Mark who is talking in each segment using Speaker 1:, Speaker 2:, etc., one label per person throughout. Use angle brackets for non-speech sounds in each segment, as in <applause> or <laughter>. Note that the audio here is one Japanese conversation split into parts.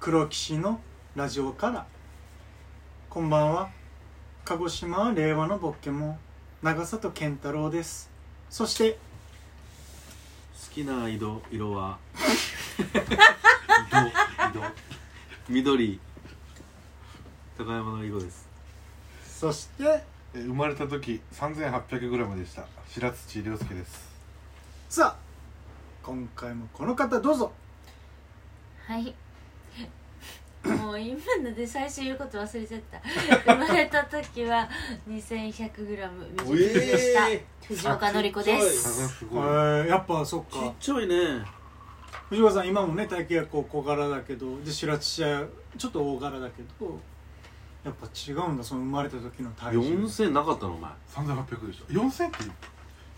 Speaker 1: 黒騎士のラジオからこんばんは鹿児島は令和のボッケモン長里健太郎ですそして
Speaker 2: 好きな色色は色色緑高山のりこです
Speaker 1: そして
Speaker 3: え生まれた時 3800g でした白土亮介です
Speaker 1: さあ今回もこの方どうぞ
Speaker 4: はいもう今ので最初言うこと忘れちゃった <laughs> 生まれた時は 2100g 未熟でした、藤岡典子
Speaker 3: 差
Speaker 4: で
Speaker 3: が
Speaker 4: す
Speaker 3: す
Speaker 1: え
Speaker 3: ごい
Speaker 1: ー、やっぱそっ
Speaker 2: ちっ
Speaker 1: か
Speaker 2: ちゃいね
Speaker 1: 藤岡さん今もね体型がこう小柄だけどで白土はちょっと大柄だけどやっぱ違うんだその生まれた時の体重
Speaker 2: 4000なかったのお前
Speaker 3: 3800でしょ4000って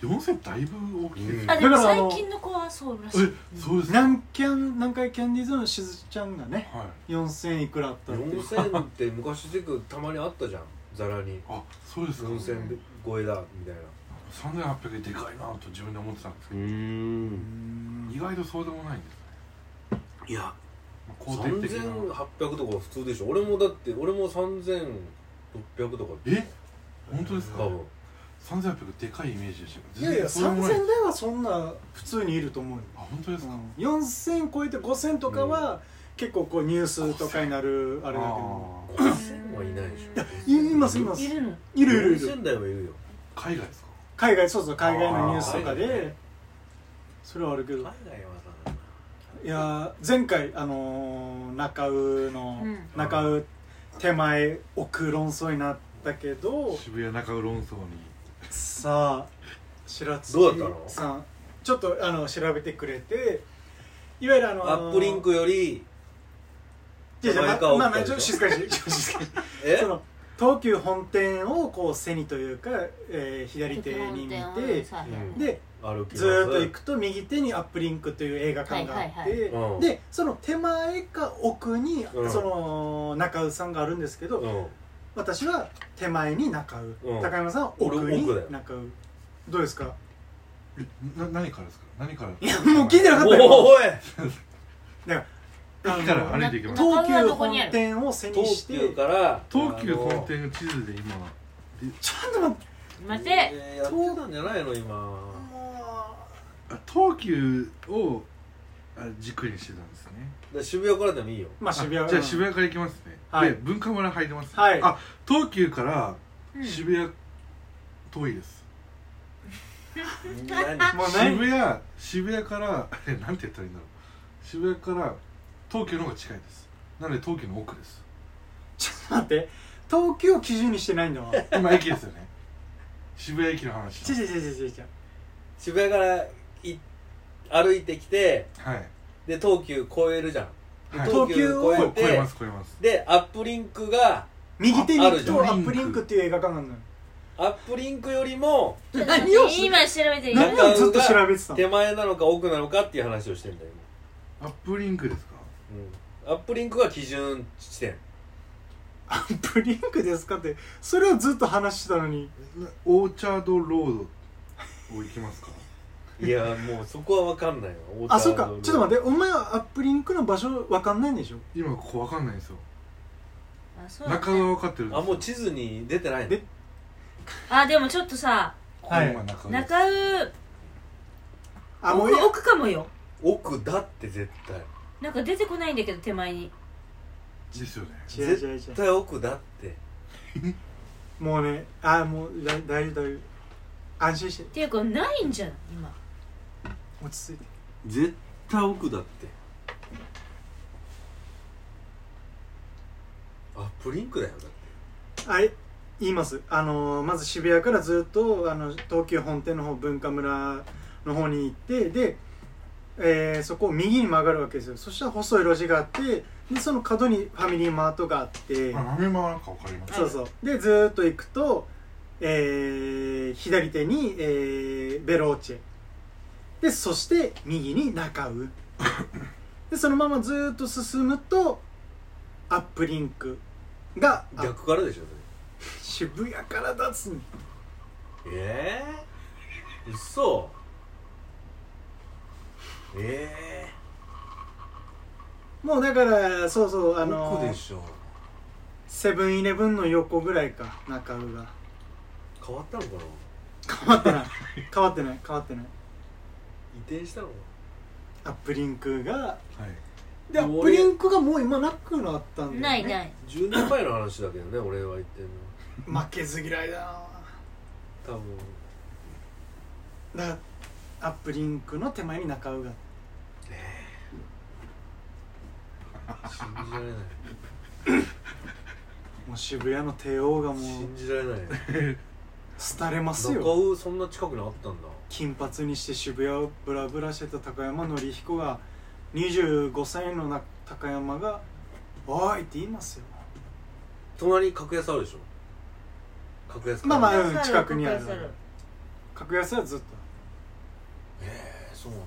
Speaker 3: 4000だいぶ大きいです
Speaker 2: うん
Speaker 4: あ
Speaker 3: ね
Speaker 4: でも
Speaker 1: だからあ
Speaker 4: 最
Speaker 1: の
Speaker 4: 近の子はそうらしい
Speaker 3: えそうですか
Speaker 1: 南キャン南海キャンディーズのしずちゃんがね
Speaker 3: はい
Speaker 1: 4000いくらあったっていう
Speaker 5: 4000って昔でくたまにあったじゃんざらに
Speaker 3: あそうですか
Speaker 5: 4000超えだみたいな
Speaker 3: 3800でかいなと自分で思ってたんです
Speaker 2: う
Speaker 3: け
Speaker 2: ー
Speaker 3: ど
Speaker 1: うんん
Speaker 3: 意外とそうでもないんですね
Speaker 2: いや
Speaker 3: まあ肯定的な
Speaker 5: 3800とか普通でしょ俺もだって俺も3600とか
Speaker 3: え本当ですか
Speaker 5: 多分
Speaker 3: 3800でかいイメージでした
Speaker 1: いやいや
Speaker 3: 全然そ
Speaker 1: 3000
Speaker 3: うでもない
Speaker 1: 台はそんな普通にいると思うよ
Speaker 3: あ本当ですか
Speaker 1: 4000超えて5000とかは結構こうニュースとかになるあれだけど
Speaker 3: あ
Speaker 5: 5000はいないでしょ
Speaker 1: いいますいます
Speaker 4: いるの
Speaker 1: いるいるいる
Speaker 5: 4000台はいるよ
Speaker 3: ー海外ですか
Speaker 1: 海外そうそう海外のニュースとか
Speaker 5: あー
Speaker 1: でそれはあるけ
Speaker 5: 海
Speaker 1: ど
Speaker 5: 外はさ
Speaker 1: いやー前回あのー中尾の、
Speaker 4: うん
Speaker 1: 中尾手前奥論争になったけど
Speaker 3: 渋谷中論争に
Speaker 1: さあ白土
Speaker 5: どうだったの
Speaker 1: さんちょっとあの調べてくれていわゆるあのー
Speaker 5: アップリンクより
Speaker 1: じゃじゃ
Speaker 5: 名
Speaker 1: ま
Speaker 5: 前
Speaker 1: ま
Speaker 5: が
Speaker 1: あ
Speaker 5: 多
Speaker 1: ま
Speaker 5: か
Speaker 1: あ
Speaker 5: ったでしょ
Speaker 1: ちょっと静かにして <laughs> ちょっと静かに
Speaker 5: え
Speaker 1: その東急本店をこう背にというか、えー左手に見て
Speaker 4: さ
Speaker 5: うん
Speaker 1: で
Speaker 5: 歩きます
Speaker 1: ずーっと行くと右手にアップリンクという映画館があって、
Speaker 4: はいはい
Speaker 5: うん
Speaker 1: でその手前か奥に、
Speaker 5: うん
Speaker 1: その中尾さんがあるんですけど、
Speaker 5: うん
Speaker 1: 私は手前に中尾、
Speaker 5: うん
Speaker 1: 高山さんは奥に
Speaker 5: 俺奥だよ
Speaker 1: 中尾どうですか
Speaker 3: えな何からですか何から
Speaker 1: いやもう聞いてなかったよ
Speaker 5: おい
Speaker 3: 駅から歩いていきます
Speaker 1: 東
Speaker 4: 中尾は
Speaker 1: 急
Speaker 4: どこにあ
Speaker 1: 本店
Speaker 4: る
Speaker 1: を背にし
Speaker 5: 東
Speaker 1: て
Speaker 5: 急から
Speaker 3: 東急本
Speaker 5: あの
Speaker 3: 店の地図で今
Speaker 1: ちょっと待って
Speaker 4: 待て
Speaker 5: えーやってたんじゃないの今
Speaker 1: も
Speaker 3: あ東急をあ軸にしてたんですね
Speaker 5: で渋谷からでもいいよ
Speaker 1: うまあ渋谷
Speaker 3: じゃあ渋谷から行きますね、
Speaker 1: はい
Speaker 3: で文化村入ります、
Speaker 1: はい
Speaker 3: あ東急から
Speaker 4: うん
Speaker 3: 渋谷遠いです、
Speaker 5: 何
Speaker 1: もうね
Speaker 3: 渋谷渋谷から <laughs> えなんて言ったらいいんだろう渋谷から東急の方が近いですなので東急の奥です
Speaker 1: ちょっと待って東急を基準にしてないんだわ違
Speaker 3: 今駅ですよね <laughs> 渋谷駅の話
Speaker 1: う違う違う違う違う
Speaker 5: <laughs> 渋谷からい歩いてきて
Speaker 3: はい
Speaker 5: で東急超えるじゃんで
Speaker 3: はい
Speaker 5: 東急超
Speaker 1: 東急
Speaker 5: え
Speaker 3: 超え
Speaker 5: て
Speaker 3: ます超えます
Speaker 5: でアップリンクが
Speaker 1: 右手に行くと
Speaker 5: あ
Speaker 1: ア
Speaker 3: あるじゃん
Speaker 1: ップリンクっていう映画館なんだよ
Speaker 5: アップリンクよりも
Speaker 4: ちょっと
Speaker 1: 何を
Speaker 4: 待って今調べてる
Speaker 1: 何をずっと調べてたの
Speaker 5: 手前なのか奥なのかっていう話をしてんだよ
Speaker 3: アップリンクですか
Speaker 5: 今、うん、アップリンクが基準地点
Speaker 1: アップリンクですかってそれをずっと話してたのに
Speaker 3: なオーチャードロードを行きますか
Speaker 5: いやもうそこは分かんないわ
Speaker 1: <laughs> あそうかちょっと待
Speaker 5: って
Speaker 1: ってお前はアップリンクの場所わかんないんでしょ
Speaker 3: 今ここわかんないんですよ
Speaker 4: あそう
Speaker 3: 中が分かってるんです
Speaker 5: あ
Speaker 3: よ
Speaker 5: もう地図に出てないの
Speaker 1: で
Speaker 4: あでもちょっとさ
Speaker 3: ここ今中です
Speaker 4: 中尾
Speaker 1: あもういい
Speaker 4: 奥奥かもよ
Speaker 5: 奥だって絶対
Speaker 4: なんか出てこないんだけど手前に
Speaker 3: ですよね
Speaker 1: 違う違う違う
Speaker 5: 絶対奥だって
Speaker 1: もうねあもうだ大丈夫大丈夫安心して
Speaker 4: っていうかないんじゃん今
Speaker 1: 落ち着いて
Speaker 2: 絶対奥だって
Speaker 5: アップリンクだよだって
Speaker 1: はい言いますあのーまず渋谷からずっとあの東急本店の方文化村の方に行ってで、えーそこを右に曲がるわけですよそしたら細い路地があってでその角にファミリーマートがあって、
Speaker 3: あ波間はなんか分かります
Speaker 1: そうそうでずーっと行くと、えー左手に、えーベローチェでそして右に中尾でそのままずーっと進むとアップリンクがあ
Speaker 5: 逆からでしょそれ
Speaker 1: 渋谷から出すん
Speaker 5: ええー、嘘ええ
Speaker 1: もうだからそうそうあ
Speaker 5: どこ
Speaker 1: の
Speaker 5: でしょう
Speaker 1: セブンイレブンの横ぐらいか中尾が
Speaker 5: 変わったのかな移
Speaker 1: 変わって
Speaker 4: <laughs>
Speaker 1: ない変わってない変わってない
Speaker 5: 転したのか
Speaker 1: アップリンクが
Speaker 3: はい
Speaker 1: でアップリンクがもう今なくなったんだよ、ね、
Speaker 4: ないない
Speaker 5: な10年前の話だけどね俺は言ってんの
Speaker 1: 負けず嫌いだ
Speaker 5: 多分
Speaker 1: なだからアップリンクの手前に中尾が
Speaker 5: 信じられない
Speaker 1: もう渋谷の帝王がもう
Speaker 5: 信じられない
Speaker 1: 廃れます
Speaker 5: 中
Speaker 1: よ
Speaker 5: 尾そんな近くにあったんだ
Speaker 1: 金髪にして渋谷をブラブラしてた高山紀彦が25歳のな高山が「おい!」って言いますよ
Speaker 5: 隣に格安あるでしょ格安
Speaker 1: まあまあ
Speaker 5: え
Speaker 1: うん近くにある
Speaker 4: ここに
Speaker 1: 格安はずっと
Speaker 5: ーそうなんだ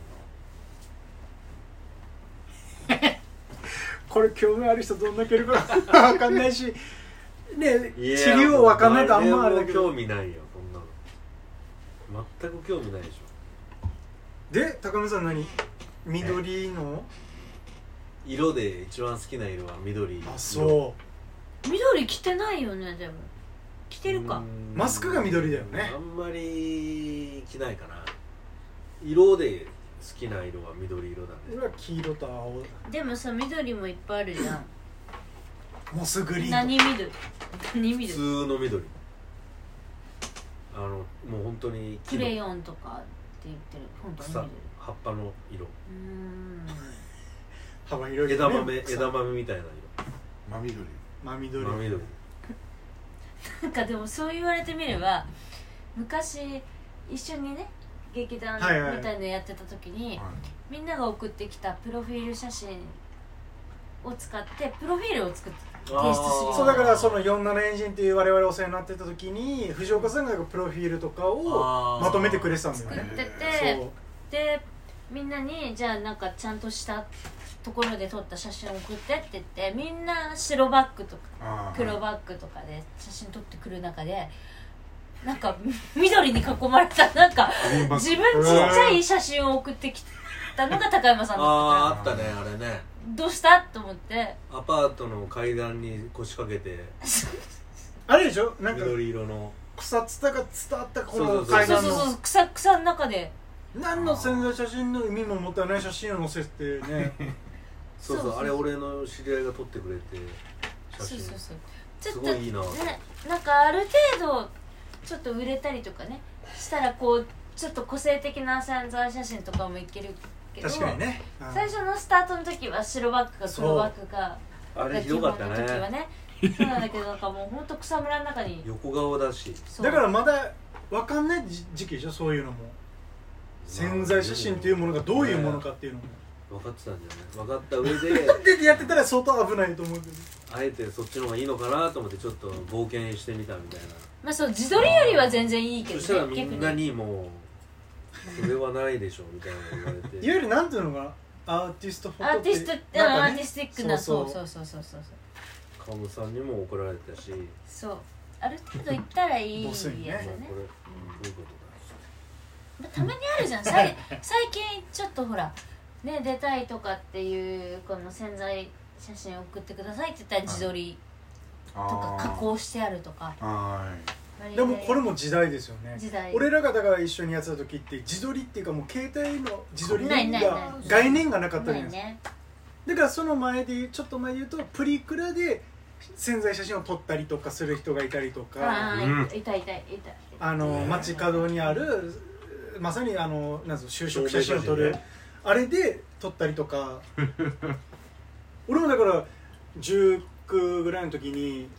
Speaker 1: これ興味ある人どんだけいるかわかんないしね
Speaker 5: いや
Speaker 1: 地理をわかんないとあんまあれだけ
Speaker 5: もう
Speaker 1: ど
Speaker 5: 興味ないよこんなの全く興味ないでしょ
Speaker 1: で高見さん何緑の
Speaker 5: 色で一番好きな色は緑
Speaker 1: あそ
Speaker 4: 緑着てないよねでも着てるか
Speaker 5: ん
Speaker 1: マスクが緑だよね
Speaker 5: あんまり着ないかな色で好きな色は緑色だ
Speaker 1: う
Speaker 5: ね
Speaker 1: 俺は黄色と青だ
Speaker 4: でもさ緑もいっぱいあるじゃん
Speaker 1: モスグリーン
Speaker 4: 何緑何
Speaker 5: 普
Speaker 4: 緑
Speaker 5: 通の緑あのもう本当に
Speaker 4: クレ
Speaker 5: ン
Speaker 4: ヨンとかって言ってる本当に
Speaker 5: 草葉っぱの色
Speaker 4: 緑うーん
Speaker 1: 幅広いよ
Speaker 5: 枝
Speaker 1: ね
Speaker 5: 豆
Speaker 1: 草
Speaker 5: 枝豆みたいな
Speaker 3: 真緑
Speaker 1: 真
Speaker 5: 色
Speaker 1: 緑
Speaker 5: 真緑
Speaker 4: なんかでもそう言われてみれば昔一緒にね劇団み
Speaker 1: はいはい
Speaker 4: たいのやってた時に、
Speaker 3: はい
Speaker 4: みんなが送ってきたプロフィール写真を使ってプロフィールを作って提出するよ
Speaker 1: そうだからその47エンジンっていう我々お世話になってた時に藤岡さんがプロフィールとかを
Speaker 5: あー
Speaker 1: まとめてくれてたんだよ
Speaker 4: 作っ
Speaker 1: ね
Speaker 4: てて、
Speaker 1: そう
Speaker 4: でみんなにじゃあなんかちゃんとしたところで撮った写真を送ってって言ってみんな白バッグとか
Speaker 3: あー
Speaker 4: 黒バッグとかで写真撮ってくる中でなんか緑に囲まれたなんか
Speaker 3: グリーンバッ
Speaker 4: 自分ちっちゃい写真を送ってきたのが高山さんだっ
Speaker 5: あああったねあれね
Speaker 4: たからどうしたと思って
Speaker 5: アパートの階段に腰掛けて
Speaker 1: あれでしょなんか
Speaker 5: 緑色の
Speaker 1: 草津田が伝わったこ
Speaker 5: そう
Speaker 1: の
Speaker 5: そうそう
Speaker 1: 階
Speaker 4: そう
Speaker 1: 段
Speaker 4: そう
Speaker 1: の
Speaker 4: そう草草の中で
Speaker 1: 何の宣材写真の海も持たない写真を載せて
Speaker 4: <laughs>
Speaker 1: ね
Speaker 5: そうそう
Speaker 4: そうそうそう
Speaker 5: あれ俺の知り合いが撮ってくれて
Speaker 4: そう
Speaker 5: 写
Speaker 4: そう
Speaker 5: 真
Speaker 4: そうちょっと
Speaker 5: すごいいいな
Speaker 4: ねなんかある程度ちょっと売れたりとかねしたらこうちょっと個性的な散々写真とかもいけるけど
Speaker 1: 確かにねうん
Speaker 4: 最初のスタートの時は白バッグか黒バッグか
Speaker 5: あれひどかった
Speaker 4: が基本の時は
Speaker 5: ね
Speaker 4: ねそうなんだけどなんかもうほんと草むらの中
Speaker 5: <laughs>
Speaker 4: に
Speaker 5: 横顔だし
Speaker 4: そう
Speaker 1: だからまだ分かんない時時期でしょそういうのも宣材写真っていうものがどういうものかっていうのも
Speaker 5: 分かってたんじゃない分かった上
Speaker 1: <laughs>
Speaker 5: で
Speaker 1: でやってたら相当危ないと思うけど
Speaker 5: あえてそっちの方がいいのかなと思ってちょっと冒険してみたみたいな
Speaker 4: まあそう自撮りよりは全然いいけど
Speaker 5: そ
Speaker 4: ね
Speaker 5: したらみんな
Speaker 4: 逆に
Speaker 5: にもうそれはないでしょみたいな言われ
Speaker 1: いわゆ
Speaker 5: て
Speaker 1: るなんていうのかなアーティストフォト
Speaker 4: アーティストって
Speaker 1: なん
Speaker 4: ア
Speaker 1: かね
Speaker 4: ーティスティックな
Speaker 1: そ
Speaker 4: そうう
Speaker 1: そ
Speaker 4: そううそうそうそうそう
Speaker 5: カムさんにも怒られたし
Speaker 4: そうある程度行ったらいいや
Speaker 1: ボ
Speaker 4: つ
Speaker 1: スにね
Speaker 4: だ
Speaker 5: まあこ
Speaker 4: ね
Speaker 5: れどういうこと
Speaker 4: まあたまにあるじゃんさい最近ちょっとほらね出たいとかっていうこの潜在写真送ってくださいって言ったら自撮りとか加工してあるとか
Speaker 3: は
Speaker 1: でもこれも時代ですよね
Speaker 4: 時代
Speaker 1: 俺らがだから一緒にやってた時って自撮りっていうかもう携帯の自撮り
Speaker 4: ないないない
Speaker 1: が概念がなかった
Speaker 4: な
Speaker 1: じゃないで
Speaker 4: い
Speaker 1: すか
Speaker 4: ね
Speaker 1: だからその前で言うちょっと前で言うとプリクラで潜在写真を撮ったりとかする人がいたりとか
Speaker 4: あ
Speaker 3: うん
Speaker 4: あいたいたいたいた
Speaker 1: あの街角にあるまさにあのなんぞ就職写真を撮るあれで撮ったりと <laughs> か俺もだから19ぐらいの時に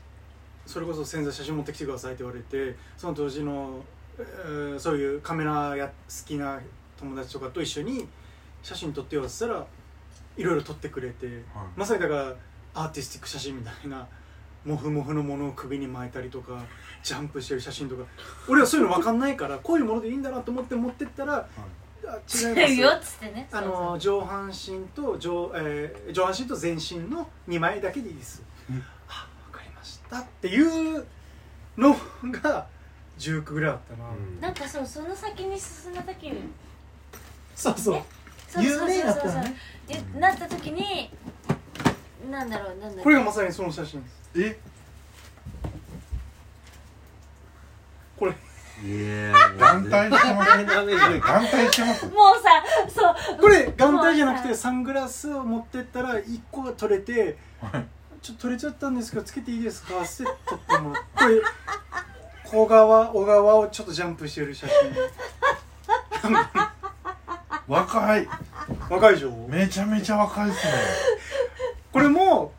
Speaker 1: それこそ潜在写真持ってきてくださいって言われてその当時の、えーそういうカメラや好きな友達とかと一緒に写真撮ってよって言ったらいろいろ撮ってくれて
Speaker 3: い、はい
Speaker 1: まさにだからアーティスティック写真みたいなモフモフのものを首に巻いたりとかジャンプしてる写真とか俺はそういうの分かんないからこういうものでいいんだなと思って持ってったら「あ違います
Speaker 4: 違うよっつってね
Speaker 1: あの上半身と上,、えー上半身と全身の2枚だけでいいです、
Speaker 3: うん
Speaker 1: あ分かりましたっていうのが19ぐらいあったな、
Speaker 5: うん
Speaker 4: なんかそうその先に進んだ時に
Speaker 1: そうそう
Speaker 4: そうそうそう
Speaker 1: 有名だった
Speaker 4: そう
Speaker 1: よね
Speaker 4: でなった時になんだろうなんだろう
Speaker 1: これがまさにその写真です
Speaker 3: え
Speaker 1: これ
Speaker 2: いや
Speaker 3: 眼帯してます
Speaker 1: <laughs>
Speaker 5: 全然ダメじゃん
Speaker 3: 眼帯してます
Speaker 4: もうさそう
Speaker 1: これ眼帯じゃなくてサングラスを持ってったら1個が取れてちょっと取れちゃったんですけどつけていいですかって取ってもらってこれ小川小川をちょっとジャンプしてる写真
Speaker 3: 若い
Speaker 1: 若いでしょ
Speaker 3: めちゃめちゃ若いですね
Speaker 1: これも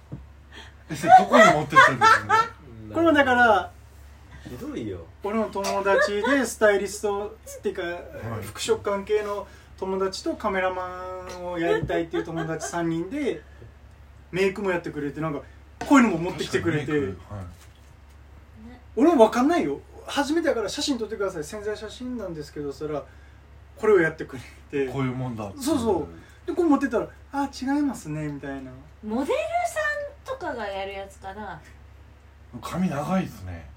Speaker 3: えそれどこに持ってってるんですかね
Speaker 1: これもだから
Speaker 5: ひどいよ
Speaker 1: 俺の友達でスタイリストっていうか服飾関係の友達とカメラマンをやりたいっていう友達3人でメイクもやってくれてなんかこういうのも持ってきてくれて
Speaker 3: はい、
Speaker 1: 俺も分かんないよ初めてだから写真撮ってください潜在写真なんですけどそしたらこれをやってくれて
Speaker 3: こういうもんだ
Speaker 1: そうそうでこう持ってったら「あ違いますね」みたいな
Speaker 4: モデルさんとかがやるやつかな
Speaker 3: 髪長いですね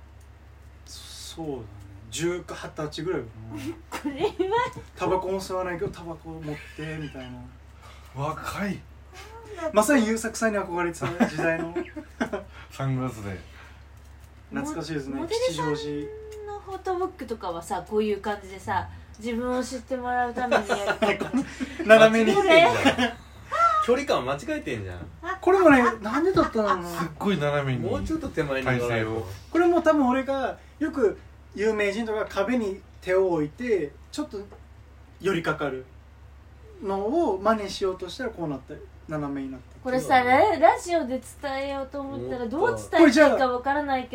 Speaker 1: そうだね10か20歳ぐらいかな
Speaker 4: これは
Speaker 1: タバコも吸わないけどタバコを持ってみたいな
Speaker 3: 若い
Speaker 1: まさに優作さんに憧れてた時代の
Speaker 3: サングラスで
Speaker 1: 懐かしいですね
Speaker 4: モデル
Speaker 1: 吉
Speaker 4: さん
Speaker 1: 祥寺
Speaker 4: のフォトブックとかはさこういう感じでさ自分を知ってもらうためにや
Speaker 1: <laughs>
Speaker 4: るとか
Speaker 1: 斜めに
Speaker 4: これ
Speaker 5: 距離感間違えてんじゃん
Speaker 1: これもねなんでだったのかな
Speaker 3: すっごい斜めに
Speaker 5: もうちょっと手前に乗らないと
Speaker 1: これも多分俺がよく有名人とか壁に手を置いてちょっと寄りかかるのを真似しようとしたらこうなった斜めになった
Speaker 4: これさララジオで伝えようと思ったらどう伝え
Speaker 1: これじ
Speaker 4: て
Speaker 1: ゃあ
Speaker 4: いいかわからないけど